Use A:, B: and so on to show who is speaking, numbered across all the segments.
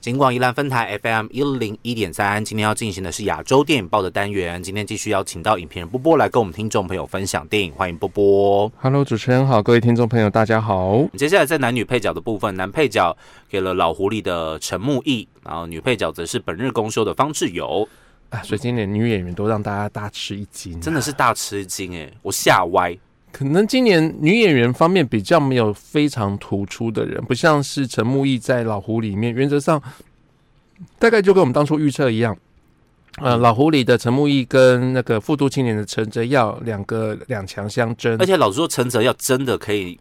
A: 金广宜兰分台 FM 一零一点三，今天要进行的是亚洲电影报的单元。今天继续邀请到影评人波波来跟我们听众朋友分享电影，欢迎波波。
B: Hello，主持人好，各位听众朋友，大家好。
A: 接下来在男女配角的部分，男配角给了老狐狸的陈木易，然后女配角则是本日公休的方志友，
B: 啊，所以今年女演员都让大家大吃一惊、
A: 真的是大吃一惊哎，我吓歪。
B: 可能今年女演员方面比较没有非常突出的人，不像是陈木易在《老狐狸》里面，原则上大概就跟我们当初预测一样。呃，
A: 嗯
B: 《老狐狸》的陈木易跟那个《复读青年》的陈哲耀两个两强相争
A: 而，且老实说，陈泽耀真的可以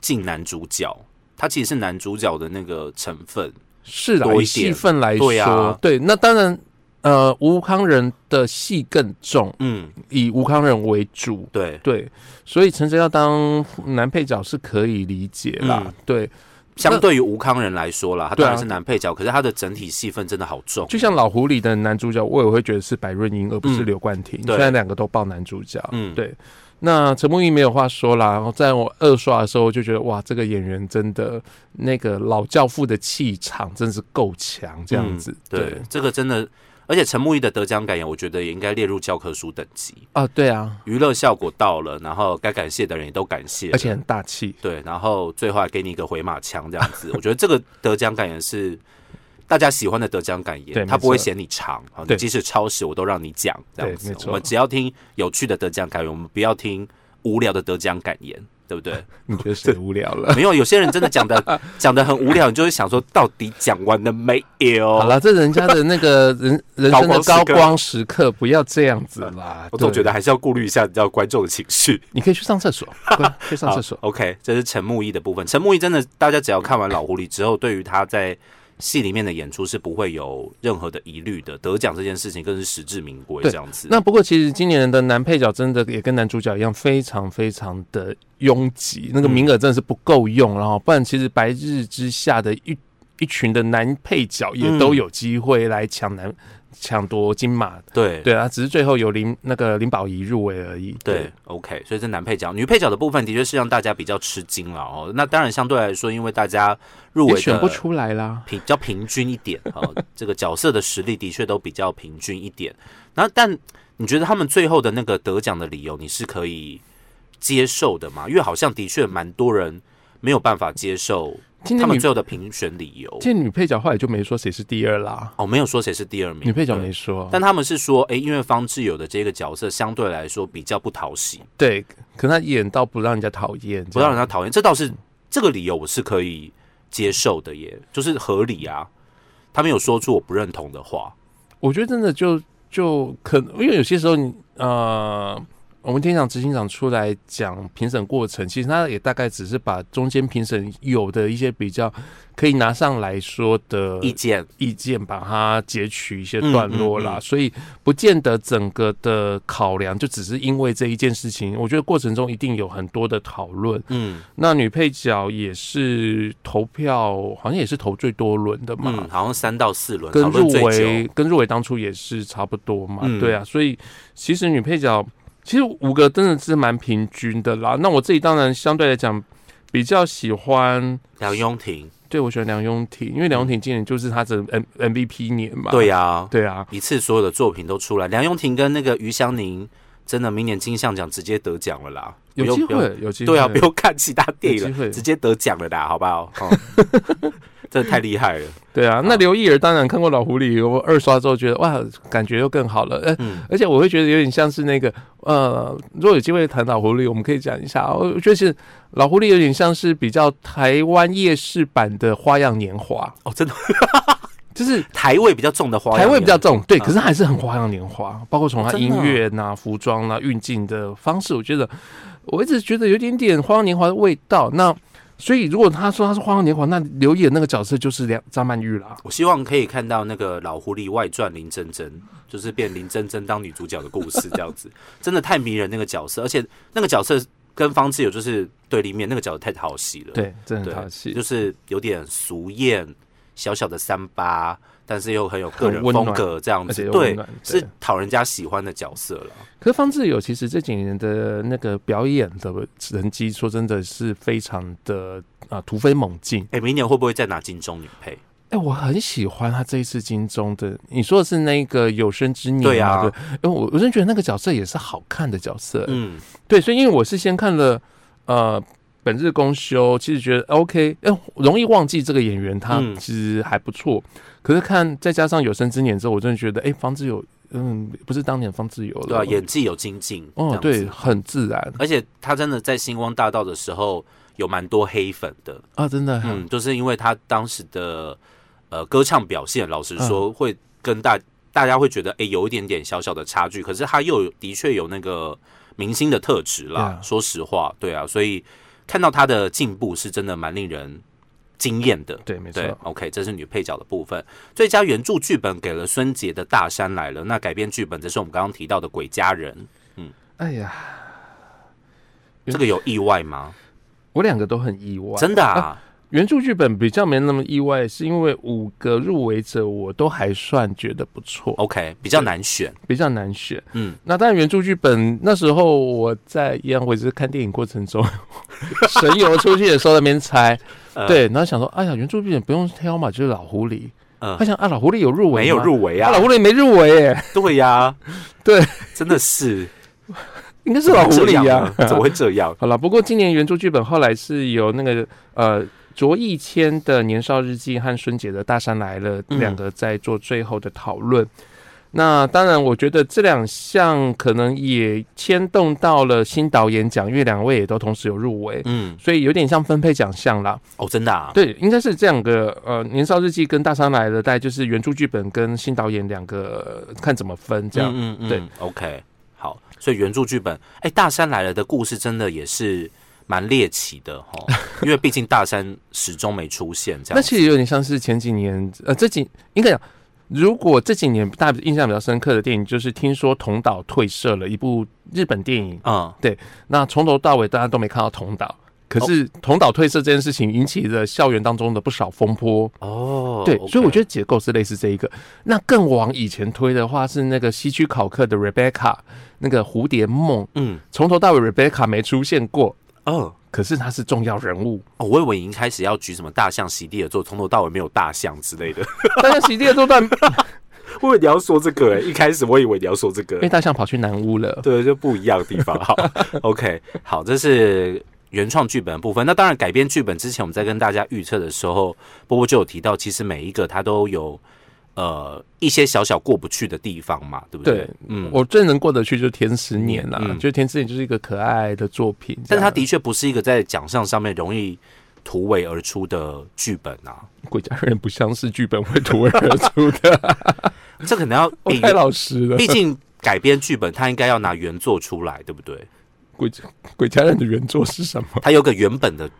A: 进男主角，他其实是男主角的那个成分。
B: 是啦，
A: 多一
B: 以戏
A: 点
B: 份来说，
A: 对啊
B: 对，那当然，呃，吴康仁的戏更重，
A: 嗯，
B: 以吴康仁为主，
A: 对，
B: 对，所以陈哲要当男配角是可以理解啦。
A: 嗯
B: 对，
A: 相对于吴康仁来说啦，他
B: 对啊
A: 当然是男配角，可是他的整体戏份真的好重。
B: 就像老狐狸的男主角，我也会觉得是白润英，而不是
A: 嗯
B: 刘冠廷。
A: 对
B: 虽然两个都报男主角，
A: 嗯，
B: 对那陈木易没有话说啦。然后在我二刷的时候，我就觉得哇，这个演员真的那个老教父的气场真是够强，这样子。
A: 嗯
B: 对
A: 对，这个真的，而且陈木易的得奖感言，我觉得也应该列入教科书等级。
B: 啊，对啊，
A: 娱乐效果到了，然后该感谢的人也都感谢了，
B: 而且很大气。
A: 对，然后最后还给你一个回马枪这样子，我觉得这个得奖感言是大家喜欢的得奖感
B: 对
A: 言，
B: 没
A: 他不会
B: 错
A: 嫌你长，好，你
B: 对
A: 即使超时我都让你讲这样
B: 对
A: 子
B: 没。错
A: 我们只要听有趣的得奖感言，我们不要听无聊的得奖感言，对不对？
B: 你觉得谁无聊了？
A: 没有，有些人真的讲的讲的很无聊，你就会想说到底讲完了没有？
B: 好了，这人家的那个 人人生的
A: 高光时
B: 高
A: 刻
B: 光时刻，不要这样子 啦。
A: 我总
B: 对
A: 觉得还是要顾虑一下你知道观众的情 绪。
B: 你可以去上厕 所，乖去上厕所。
A: 好 OK，这是陈木易的部分。陈木易真的，大家只要看完《老狐狸》之后，对于他在戏里面的演出是不会有任何的疑虑的。得奖这件事情更是实至名归，
B: 对
A: 这样子。
B: 那不过其实今年的男配角真的也跟男主角一样，非常非常的拥挤，那个名额真的是不够用，然后不然其实白日之下的一一群的男配角也
A: 嗯
B: 都有机会来抢男抢夺金马，
A: 对
B: 对啊，只是最后有林那个林保怡入围而已。
A: 对 o k 所以这男配角、女配角的部分的确是让大家比较吃惊了哦。那当然，相对来说，因为大家入围
B: 也
A: 的
B: 选不出来啦。
A: 平比较平均一点啊、哦这个角色的实力的确都比较平均一点。然后，但你觉得他们最后的那个得奖的理由，你是可以接受的吗？因为好像的确蛮多人没有办法接受
B: 今
A: 他
B: 天
A: 们
B: 女
A: 最后的评选理由。
B: 今天女配角后来就没说谁是第二啦，
A: 哦，没有说谁是第二名，
B: 女配角
A: 对
B: 没说，
A: 但他们是说，哎、因为方志友的这个角色相对来说比较不讨喜，
B: 对，可她演到不让人家讨厌，
A: 不让人家讨厌，这倒是这个理由我是可以接受的耶，就是合理啊。他们有说出我不认同的话，
B: 我觉得真的就就可能，因为有些时候你呃，我们店长、执行长出来讲评审过程，其实他也大概只是把中间评审有的一些比较可以拿上来说的
A: 意见
B: 意见，把它截取一些段落啦，
A: 嗯嗯嗯
B: 所以不见得整个的考量就只是因为这一件事情。我觉得过程中一定有很多的讨论。
A: 嗯
B: 那女配角也是投票，好像也是投最多轮的嘛。
A: 嗯，好像三到四轮
B: 跟
A: 讨
B: 入
A: 论最
B: 围
A: 久，
B: 跟入围当初也是差不多嘛，
A: 嗯
B: 对啊，所以其实女配角其实五个真的是蛮平均的啦。那我自己当然相对来讲比较喜欢，
A: 梁雍婷，
B: 对我喜欢梁咏婷，因为梁咏婷今年就是她的 M MVP 年
A: 嗯
B: 嘛，
A: 对
B: 呀、
A: 呀、
B: 对啊，
A: 一次所有的作品都出来，梁咏婷跟那个于香凝，真的明年金像奖直接得奖了啦，
B: 有
A: 不用
B: 机
A: 不用
B: 会，有机会，
A: 对啊，不用看其他电
B: 有
A: 影
B: 机会
A: 了，直接得奖了啦，好不好？哦、 真的太厉害了，
B: 对啊。那刘亦儿当然看过《老狐狸》，我二刷之后觉得哇，感觉又更好了，呃
A: 嗯，
B: 而且我会觉得有点像是那个呃，如果有机会谈老狐狸，我们可以讲一下。哦我觉得是老狐狸有点像是比较台湾夜市版的《花样年华
A: 哦，真的》，
B: 就是
A: 台味比较重的花样
B: 台
A: 年，
B: 味比较重，对，
A: 啊
B: 可是还是很《花样年华》，包括从它
A: 真的
B: 音
A: 啊
B: 乐呐、服装呐、运镜的方式，我觉得我一直觉得有点点《花样年华》的味道。那所以如果他说他是《花样年华》，那刘烨那个角色就是梁张曼玉啦。
A: 我希望可以看到那个《老狐狸外传》林真真，就是变林真真当女主角的故事，这样子 真的太迷人那个角色，而且那个角色跟方志友就是对立面，那个角色太讨喜了，
B: 对，真的
A: 对，
B: 很讨气
A: 就。是有点俗艳，小小的三八，但是又很有个人
B: 很温暖
A: 风格这样
B: 而
A: 子，
B: 且又温
A: 对
B: 暖，对
A: 是讨人家喜欢的角色了，
B: 可是方志友其实这几年的那个表演的成绩，说真的是非常的啊、突飞猛进。
A: 哎、明年会不会再拿金钟女配？
B: 哎、我很喜欢他这一次金钟的。你说的是那个有生之年
A: 对
B: 呀、
A: 啊
B: 对，因为我我真觉得那个角色也是好看的角色、
A: 嗯，
B: 对，所以因为我是先看了呃本日公休，其实觉得 OK，哎、容易忘记这个演员，他
A: 嗯
B: 其实还不错。可是看再加上有生之年之后，我真的觉得，哎、方志友，嗯，不是当年方志友了，
A: 对啊，演技有精进，
B: 哦，
A: 这样
B: 对，
A: 子，
B: 很自然
A: 而且他真的在星光大道的时候有蛮多黑粉的，
B: 啊，真的，
A: 嗯，就是因为他当时的呃歌唱表现，老
B: 嗯
A: 实说会跟大大家会觉得哎、诶有一点点小小的差距，可是他又有的确有那个明星的特质啦。
B: Yeah
A: 说实话，对啊，所以看到他的进步是真的蛮令人惊艳的。
B: 对，没错，
A: 对，OK，这是女配角的部分。最佳原著剧本给了孙杰的《大山来了》，那改编剧本则是我们刚刚提到的《鬼家人》，
B: 哎呀，原
A: 这
B: 嗯
A: 个有意外吗？
B: 我两个都很意外，
A: 真的啊，
B: 原著剧本比较没那么意外，是因为五个入围者我都还算觉得不错，
A: ，OK，比较难选，
B: 比较难选。
A: 嗯，
B: 那当然，原著剧本那时候我在一样，我只是看电影过 程中神游出去的时候在那边猜，
A: 呃，
B: 对，然后想说，哎呀，原著剧本不用挑嘛，就是老狐狸。
A: 嗯
B: 他想啊，老狐狸有入围吗，
A: 没有入围啊，
B: 啊，老狐狸没入围耶，
A: 对呀、
B: 对，
A: 真的 是
B: 应该是老狐狸呀、
A: 怎么会这样呢？
B: 好了，不过今年原著剧本后来是由那个呃卓一谦的《年少日记》和孙姐的《大山来了》
A: 嗯
B: 两个在做最后的讨论。那当然，我觉得这两项可能也牵动到了新导演奖，因为两位也都同时有入围，
A: 嗯，
B: 所以有点像分配奖项啦。
A: 哦，真的啊，
B: 对，应该是这两个呃，《年少日记》跟《大山来了》，大概就是原著剧本跟新导演两个呃看怎么分这样。
A: 嗯嗯嗯，
B: 对
A: ，OK，好，所以原著剧本，哎、大山来了的故事真的也是蛮猎奇的哈， 因为毕竟大山始终没出现这
B: 那
A: 样
B: 其
A: 子，
B: 实有点像是前几年，呃，这几应该讲，如果这几年大家印象比较深刻的电影，就是听说同岛退社了一部日本电影，
A: 嗯，
B: 那从头到尾大家都没看到同岛，哦可是同岛退社这件事情引起了校园当中的不少风波。
A: 哦，
B: 对，所以我觉
A: 得
B: 得结构是类似这一个。那更往以前推的话，是那个西区考克的 Rebecca 那个蝴蝶梦，
A: 嗯，
B: 从头到尾 Rebecca 没出现过，
A: 哦。
B: 可是她是重要人物。
A: 哦，我以为已经开始要举什么大象席地而坐，从头到尾没有大象之类的。
B: 大家席地的 都段，
A: 我以为你要说这个、哎，一开始我以为你要说这个
B: 因为大象跑去南屋了。
A: 对，就不一样的地方。 好，OK，好，这是原创剧本的部分。那当然，改编剧本之前，我们在跟大家预测的时候，波波就有提到，其实每一个它都有呃一些小小过不去的地方嘛，对不对？
B: 对
A: 嗯。
B: 我最能过得去就是《天使年》啦，
A: 嗯
B: 就《天使年》就是一个可爱的作品，
A: 但
B: 这
A: 它
B: 样
A: 的确不是一个在奖项上面容易突围而出的剧本啊，
B: 鬼家人不像是剧本会突然而出 的，
A: 这可能 要
B: 我
A: 比
B: 太老实了。
A: 毕竟改编剧本，它应该要拿原作出来，对不对？
B: 鬼鬼家人的原作是什么？
A: 它有个原本的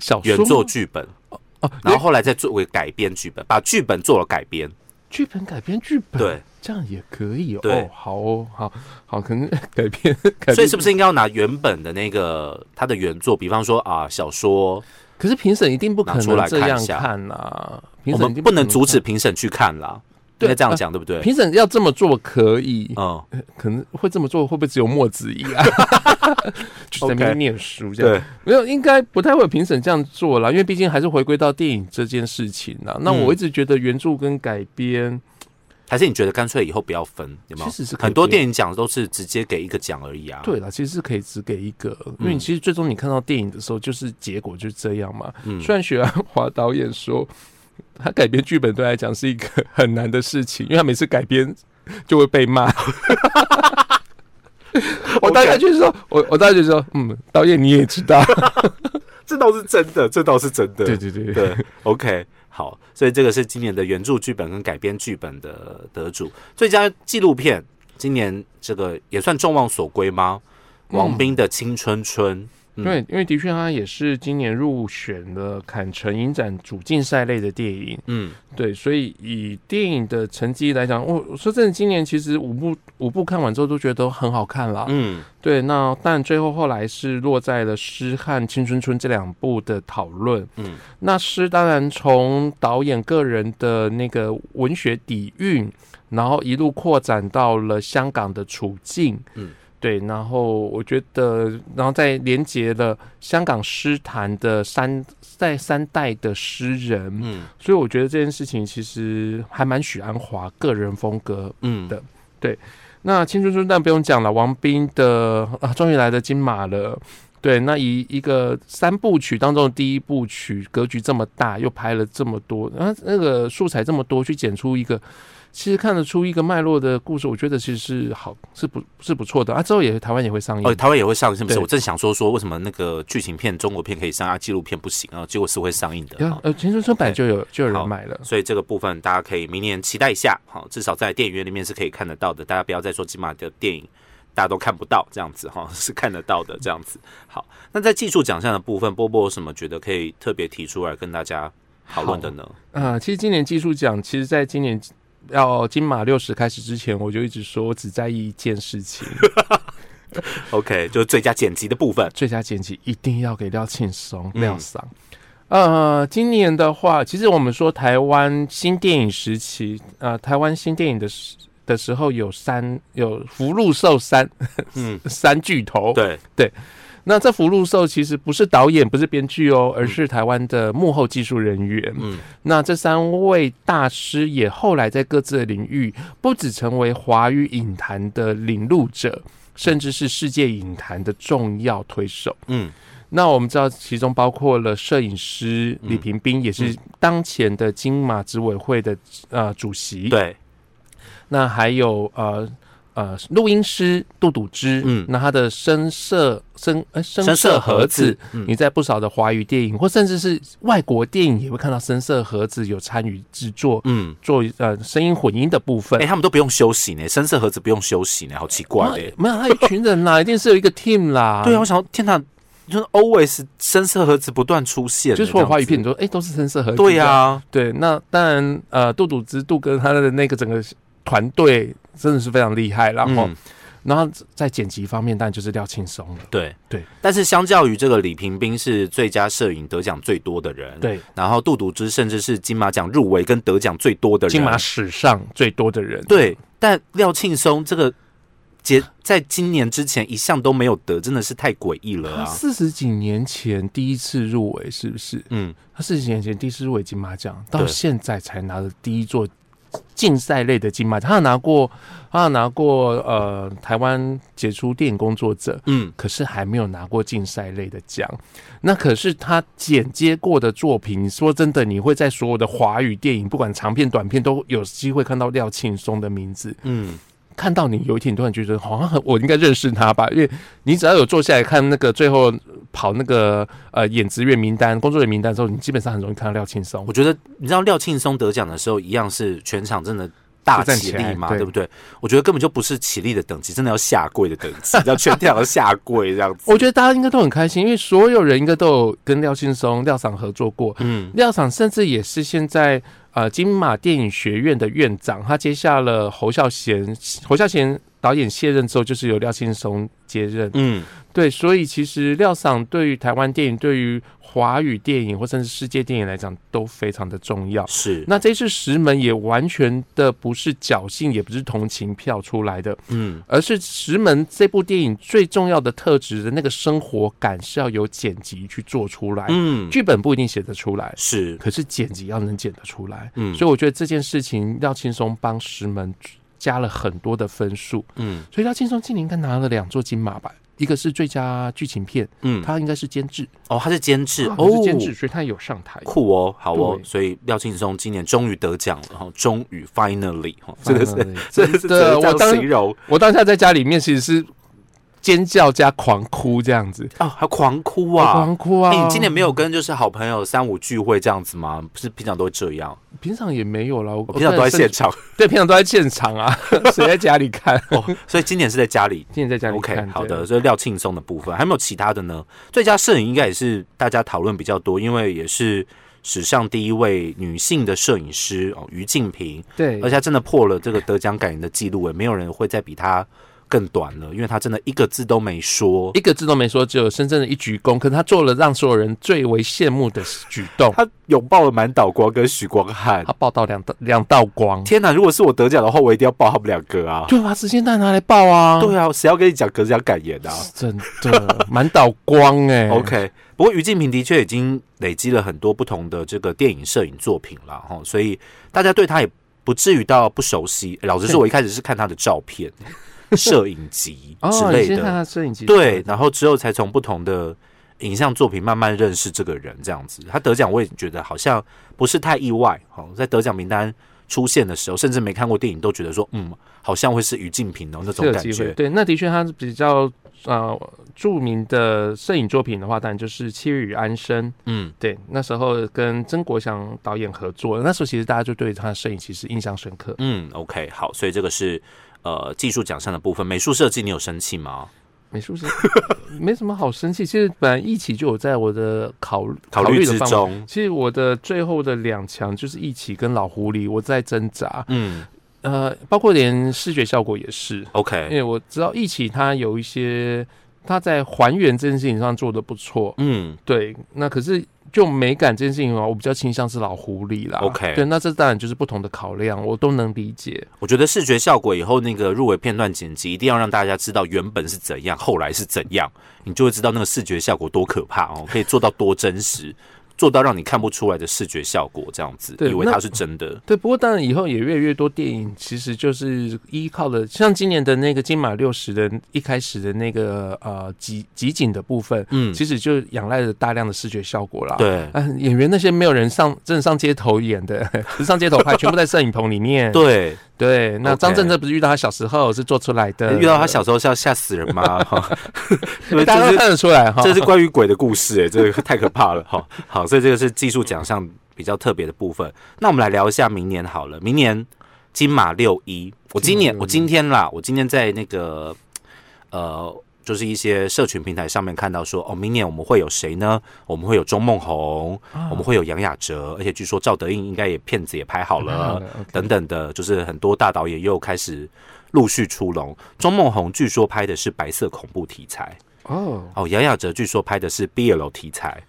B: 小哦说
A: 原作剧本，
B: 哦，
A: 然后
B: 原
A: 后来再作为改编剧本，把剧本做了改编，
B: 剧本改编剧本，，
A: 对。
B: 这样也可以哦。
A: 对
B: 哦好哦，好好，可能 改编改编，
A: 所以是不？是应该要拿原本的那个他的原作，比方说啊小说，
B: 可是评审一定不可
A: 拿出来
B: 能这样
A: 看一下
B: 看呐，评
A: 我
B: 审
A: 们
B: 一定
A: 不
B: 可
A: 能阻止
B: 看。
A: 评审去看啦，应
B: 对
A: 该这样
B: 呃
A: 讲对不对？
B: 评审要这么做可以，
A: 嗯，
B: 可能会这么做，会不会只有墨子怡啊？ 就在那
A: OK
B: 边念书这样。，没有，应该不太会有评审这样做啦，因为毕竟还是回归到电影这件事情啦。那
A: 嗯
B: 我一直觉得原著跟改编
A: 还是你觉得干脆以后不要分，有没
B: 其
A: 有？
B: 实是可以
A: 很多
B: 编
A: 电影奖都是直接给一个奖而已啊。，
B: 对啦，其实是可以只给一个，因
A: 嗯
B: 为你其实最终你看到电影的时候，就是结果就是这样嘛。
A: 嗯
B: 虽然许鞍华导演说他改编剧本对他来讲是一个很难的事情，因为他每次改编就会被 骂。我大概就是说，我我大概就是说，嗯，导演你也知道，
A: 这倒是真的，这倒是真的
B: 对对对对，
A: 对，OK，好，所以这个是今年的原著剧本跟改编剧本的得主，最佳纪录片，今年这个也算众望所归吗？
B: 嗯
A: 王斌的《青春春》，嗯
B: 对，因为的确他也是今年入选了坎城影展主竞赛类的电影，
A: 嗯，
B: 对，所以以电影的成绩来讲，我、我说真的，今年其实五部五部看完之后都觉得都很好看啦。
A: 嗯
B: 对，那但最后后来是落在了《诗》和《青春春》这两部的讨论。
A: 嗯，
B: 那《诗》当然从导演个人的那个文学底蕴，然后一路扩展到了香港的处境。
A: 嗯，
B: 对，然后我觉得，然后再连接了香港诗坛的三在三代的诗人，
A: 嗯
B: 所以我觉得这件事情其实还蛮许鞍华个人风格
A: 嗯
B: 的那青春春蛋不用讲了，王斌的啊，终于来了金马了。对，那以一个三部曲当中的第一部曲，格局这么大，又拍了这么多，然后那个素材这么多，去剪出一个，其实看得出一个脉络的故事，我觉得其实是好，是不是不错的啊。之后也台湾也会上映，
A: 哦，台湾也会上映是不是？
B: 对
A: 我正想说说为什么那个剧情片、中国片可以上，啊，纪录片不行啊，结果是会上映的。
B: 呀
A: 好
B: 呃，青春春版就有就有
A: 好
B: 人买了，
A: 所以这个部分大家可以明年期待一下，好，至少在电影院里面是可以看得到的。大家不要再说金马的电影大家都看不到这样子哈， 是看得到的这样子。好，那在技术奖项的部分，波波有什么觉得可以特别提出来跟大家讨论的呢？
B: 啊，其实今年技术奖，其实在今年要金马六十开始之前，我就一直说我只在意一件事情，
A: OK，就是最佳剪辑的部分。
B: 最佳剪辑一定要给廖庆松、
A: 嗯
B: 廖桑。呃，今年的话，其实我们说台湾新电影时期，呃，台湾新电影的时的时候有三有福禄寿三
A: 嗯，
B: 三巨头。，
A: 对，
B: 那这福禄寿其实不是导演，不是编剧哦，而是台湾的幕后技术人员。
A: 嗯
B: 那这三位大师也后来在各自的领域，不止成为华语影坛的领路者，甚至是世界影坛的重要推手。
A: 嗯
B: 那我们知道，其中包括了摄影师
A: 嗯
B: 李平斌，也是当前的金马执委会的呃主席。，
A: 对，
B: 那还有呃呃录音师杜笃之，
A: 嗯
B: 那他的声色声呃声
A: 深色
B: 色盒
A: 盒子
B: 子，，
A: 嗯
B: 你在不少的华语电影或甚至是外国电影也会看到声色盒子有参与制作
A: 嗯。
B: 做呃声音混音的部分
A: 哎、。他们都不用休息呢，深色盒子不用休息呢，好奇怪欸嘞、
B: 没有，他一群人啦，一定是有一个 team 啦。
A: 对啊，我想说，天哪，就是 always 深色盒子不断出现呢，
B: 就是所有华语片，你
A: 这样
B: 说哎、都是声色盒子。
A: 子。对啊呀、
B: 对，那当然，呃，杜笃之杜哥他的那个整个团队真的是非常厉害，然后，
A: 嗯，
B: 然后在剪辑方面，当然就是廖庆松了。
A: 对
B: 对。
A: 但是相较于这个李平斌是最佳摄影得奖最多的人，。
B: 对，
A: 然后杜笃之甚至是金马奖入围跟得奖最多的人，
B: 金马史上最多的人。
A: 对。但廖庆松这个节在今年之前一项都没有得，真的是太诡异了
B: 他
A: 啊！
B: 四十几年前第一次入围，是不是？
A: 嗯，
B: 他四十几年前第一次入围金马奖，到
A: 对
B: 现在才拿了第一座竞赛类的金马奖。他有拿过，他有拿过呃台湾杰出电影工作者，
A: 嗯，
B: 可是还没有拿过竞赛类的奖。那可是他剪接过的作品，说真的，你会在所有的华语电影，不管长片、短片，都有机会看到廖庆松的名字。
A: 嗯，
B: 看到你有一天，你突然觉得好像很我应该认识他吧，因为你只要有坐下来看那个最后跑那个呃演职员名单、工作人员名单之后，你基本上很容易看到廖庆松
A: 我。觉得你知道廖庆松得奖的时候，一样是全场真的大起立嘛，
B: 就站起来
A: 对不对？我觉得根本就不是起立的等级，真的要下跪的等级，要全场要下跪这样子。
B: 我觉得大家应该都很开心，因为所有人应该都有跟廖庆松、廖赏合作过，
A: 嗯
B: 廖厂甚至也是现在呃金马电影学院的院长，他接下了侯孝贤，侯孝贤导演卸任之后，就是由廖庆松接任。
A: 嗯，
B: 对，所以其实廖赏对于台湾电影、对于华语电影或甚至世界电影来讲都非常的重要。
A: 是，
B: 那这次石门也完全的不是侥幸，也不是同情票出来的，
A: 嗯
B: 而是石门这部电影最重要的特质的那个生活感是要由剪辑去做出来，
A: 嗯，
B: 剧本不一定写得出来，
A: 是，
B: 可是剪辑要能剪得出来，
A: 嗯
B: 所以我觉得这件事情廖青松帮石门加了很多的分数，
A: 嗯
B: 所以廖青松今年应该拿了两座金马吧，一个是最佳剧情片，
A: 嗯，
B: 他应该是监制，
A: 哦，他是监制，
B: 他是
A: 哦，
B: 监制，所以他有上台。
A: 酷哦，好哦，
B: 对
A: 所以廖庆松今年终于得奖了，然后终于 finally 哈， 真的是
B: Finally，
A: 真的是
B: 真的
A: 这
B: 我
A: 样
B: 当
A: 形容
B: 我当下在家里面其实是尖叫加狂哭这样子，
A: 哦，还狂哭啊！
B: 狂哭
A: 哎、
B: 啊！
A: 你今年没有跟就是好朋友三五聚会这样子吗？不是平常都会这样，
B: 平常也没有啦，我
A: 我平常都在现，场
B: 对，平常都在现场啊， 谁在家里看？
A: 哦，所以今年是在家里。啊
B: 今年在家里
A: OK，
B: 看。
A: 好
B: 对
A: 的，，所以廖庆松的部分还有没有其他的呢？最佳摄影应该也是大家讨论比较多，因为也是史上第一位女性的摄影师哦，于静平，
B: 对
A: 而且，她真的破了这个得奖感言的记录，也没有人会再比她更短了，因为他真的一个字都没说。
B: 一个字都没说，只有深深的一鞠躬。可是他做了让所有人最为羡慕的举动，
A: 他拥抱了满岛光跟许光汉
B: 他。抱到两道两道光。
A: 天哪！如果是我得奖的话，我一定要抱他们两个啊！
B: 对，把时间带拿来报啊！
A: 对啊，谁要跟你讲得奖感言啊？
B: 真的满岛光哎、
A: OK，不过于静平的确已经累积了很多不同的这个电影摄影作品了哈，齁所以大家对他也不至于到不熟悉。老实说，我一开始是看他的照片、摄影集之
B: 哦，你
A: 类
B: 先看
A: 的，
B: 他摄影机，
A: 对，然后之后才从不同的影像作品慢慢认识这个人。这样子，他得奖我也觉得好像不是太意外哦，齁在得奖名单。出现的时候，甚至没看过电影都觉得说，嗯，好像会是于静平哦那
B: 是
A: 种
B: 有
A: 感
B: 机会。
A: 觉。
B: 对，那的确他是比较呃著名的摄影作品的话，当然就是《七日与安生》。
A: 嗯，
B: 对，那时候跟曾国祥导演合作，那时候其实大家就对他的摄影其实印象深刻。
A: 嗯，OK，好，所以这个是呃技术奖项的部分。美术设计你有生气吗？
B: 美术是 没什么好生气，其实本来一起就有在我的考
A: 考
B: 虑
A: 虑
B: 的
A: 之
B: 范围。
A: 中，
B: 其实我的最后的两强就是一起跟老狐狸，我在挣扎。
A: 嗯
B: 呃，包括连视觉效果也是，因
A: ，OK，
B: 为我知道一起它有一些它在还原这件事情上做的不错，
A: 嗯
B: 对。那可是就美感这件事情啊，我比较倾向是老狐狸啦。
A: OK
B: 对，那这当然就是不同的考量，我都能理解。
A: 我觉得视觉效果以后那个入围片段剪辑一定要让大家知道原本是怎样，后来是怎样，你就会知道那个视觉效果多可怕哦，可以做到多真实，做到让你看不出来的视觉效果，这样子
B: 对
A: 以为
B: 那
A: 它是真的。
B: 对，不过当然以后也越来越多电影，其实就是依靠了像今年的那个金马六十的一开始的那个呃集集锦的部分，
A: 嗯，
B: 其实就仰赖着大量的视觉效果啦。。
A: 对
B: 啊，演员那些没有人上，真的上街头演的， 不是上街头拍，全部在摄影棚里面。
A: 对，
B: 对，那
A: OK
B: 张震这不是遇到他小时候是做出来的，哎
A: 遇到他小时候是要吓死人吗？ 哈，对，
B: 大
A: 就
B: 家
A: 是
B: 都看得出来 哈。
A: 这是关于鬼的故事、哎，这个太可怕了 哈。好，所以这个是技术奖项比较特别的部分。那我们来聊一下明年好了，明年金马六一，我今年
B: 金马六一
A: 我今天啦，我今天在那个呃，就是一些社群平台上面看到说，哦，明年我们会有谁呢？我们会有钟梦红，
B: 啊
A: 我们会有杨雅哲，而且据说赵德胤应该也片子也拍好了。等等的，就是很多大导演又开始陆续出笼。钟梦红据说拍的是白色恐怖题材，
B: 哦，
A: 哦，杨雅哲据说拍的是 BL 题材，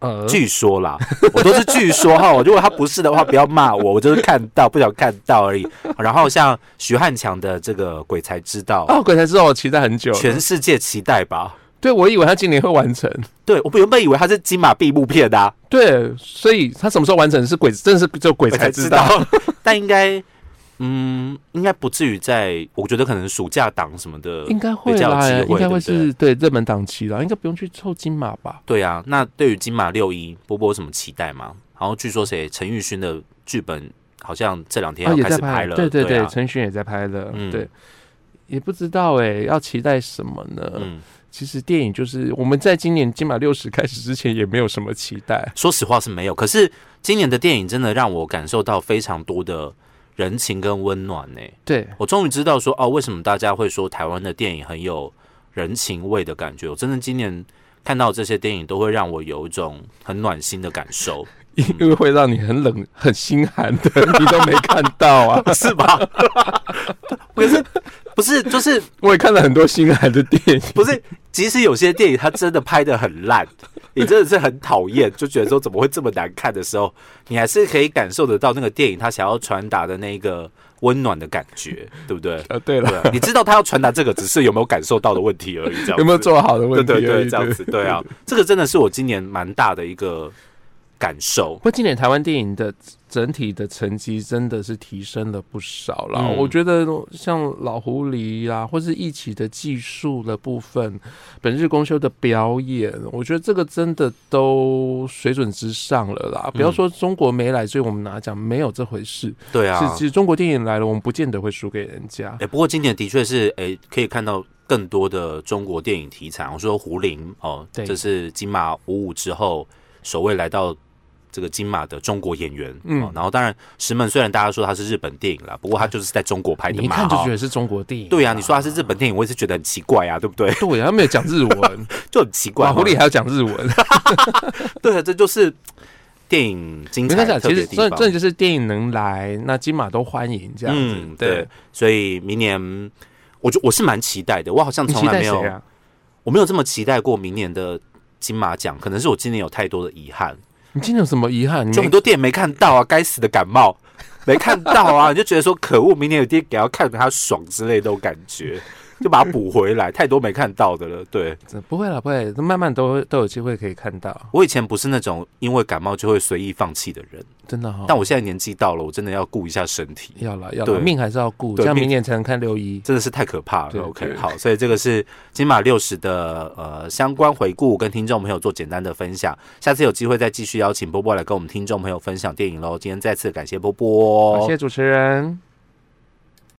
B: 呃，
A: 据说啦，我都是据说哈。如果他不是的话，不要骂我，我就是看到不想看到而已。然后像徐汉强的这个《鬼才知道
B: 哦，鬼才知道我期待很久了，》，
A: 全世界期待吧。
B: 对我以为他今年会完成，
A: 对我原本以为他是金马闭幕片的、啊，
B: 对，所以他什么时候完成是鬼，真的是只有鬼
A: 我
B: 才
A: 才
B: 知
A: 知
B: 道。
A: 道，但应该。嗯，应该不至于在，我觉得可能暑假档什么的，
B: 应该会
A: 比较有
B: 啦，
A: 机会
B: 应该
A: 对不对
B: 会是对热门档期啦，应该不用去凑金马吧？
A: 对啊，那对于金马六一，波波有什么期待吗？然后据说谁陈玉勋的剧本好像这两天
B: 啊，
A: 要
B: 也
A: 开
B: 在
A: 始拍了，
B: 对对对，
A: 啊
B: 陈勋也在拍了，
A: 嗯
B: 对，也不知道哎，要期待什么呢？
A: 嗯，
B: 其实电影就是我们在今年金马六十开始之前也没有什么期待，
A: 说实话是没有，可是今年的电影真的让我感受到非常多的人情跟温暖呢、
B: 对，
A: 我终于知道说哦，为什么大家会说台湾的电影很有人情味的感觉。我真的今年看到这些电影，都会让我有一种很暖心的感受。
B: 因为会让你很冷、很心寒的，你都没看 到啊！
A: 是吧？不是，不是，就是
B: 我也看了很多心寒的电影，
A: 不是，即使有些电影它真的拍的很 烂，你真的是很讨厌，就觉得说怎么会这么难看的时候，你还是可以感受得到那个电影它想要传达的那个温暖的感觉，对不对？
B: 呃，对
A: 对
B: 了，
A: 啊，你知道他要传达这个，只是有没有感受到的问题而已，这样子
B: 有没有？做好的问
A: 对
B: 题而
A: 对
B: 已？
A: 对，这样子，对啊，这个真的是我今年蛮大的一个感受
B: 不。过今年台湾电影的整体的成绩真的是提升了不少啦。
A: 嗯
B: 我觉得像《老狐狸》啊，或是一起的技术的部分，本日公休的表演，我觉得这个真的都水准之上了
A: 嗯
B: 啦。不要说中国没来，所以我们拿奖，没有这回事。
A: 对
B: 是
A: 啊，
B: 其实中国电影来了，我们不见得会输给人家。
A: 哎、不过今年的确是哎、可以看到更多的中国电影题材。我说胡林哦，
B: 对
A: 这是金马五五之后首位来到这个金马的中国演员。
B: 嗯
A: 哦然后当然石门虽然大家说他是日本电影啦，不过他就是在中国拍的
B: 你一
A: 嘛。
B: 看就
A: 哈
B: 觉得是中国电影、
A: 对啊，你说他是日本电影，我也是觉得很奇怪啊，对不对？
B: 对啊，他没有讲日文，
A: 就很奇怪
B: 哇，
A: 嘛。
B: 狐狸还要讲日文。
A: 对啊，这就是电影精
B: 你
A: 彩
B: 看
A: 的
B: 讲，
A: 特
B: 啊其
A: 别
B: 实
A: 地
B: 这
A: 方。
B: 这
A: 嗯
B: 就是电影能来，那金马都欢迎这样子。
A: 嗯，对，，所以明年我就我是蛮期待的，我好像
B: 你
A: 从
B: 期
A: 来
B: 待
A: 没有、
B: 谁啊？
A: 我没有这么期待过明年的金马奖，可能是我今年有太多的遗憾，
B: 你今天有什么遗憾？你
A: 就
B: 没
A: 很多电影没看到啊，该死的感 冒没看到啊，你就觉得说可恶，明年有电影给他看给他爽之类的那种感觉，就把它补回来，太多没看到的了。对
B: 不会啦，不会，慢慢都会都有机会可以看到，
A: 我以前不是那种因为感冒就会随意放弃的人，
B: 真的哈、
A: 但我现在年纪到了，我真的要顾一下身体。
B: 要了要
A: 对
B: 了，命还是要顾，
A: 对
B: 这样
A: 命
B: 明年才能看六一。
A: 真的是太可怕
B: 对
A: 了。OK，
B: 对
A: 好，所以这个是金马六十的呃相关回顾，跟听众朋友做简单的分享。下次有机会再继续邀请波波来跟我们听众朋友分享电影喽。今天再次感谢波波，哦
B: 好，谢谢主持人。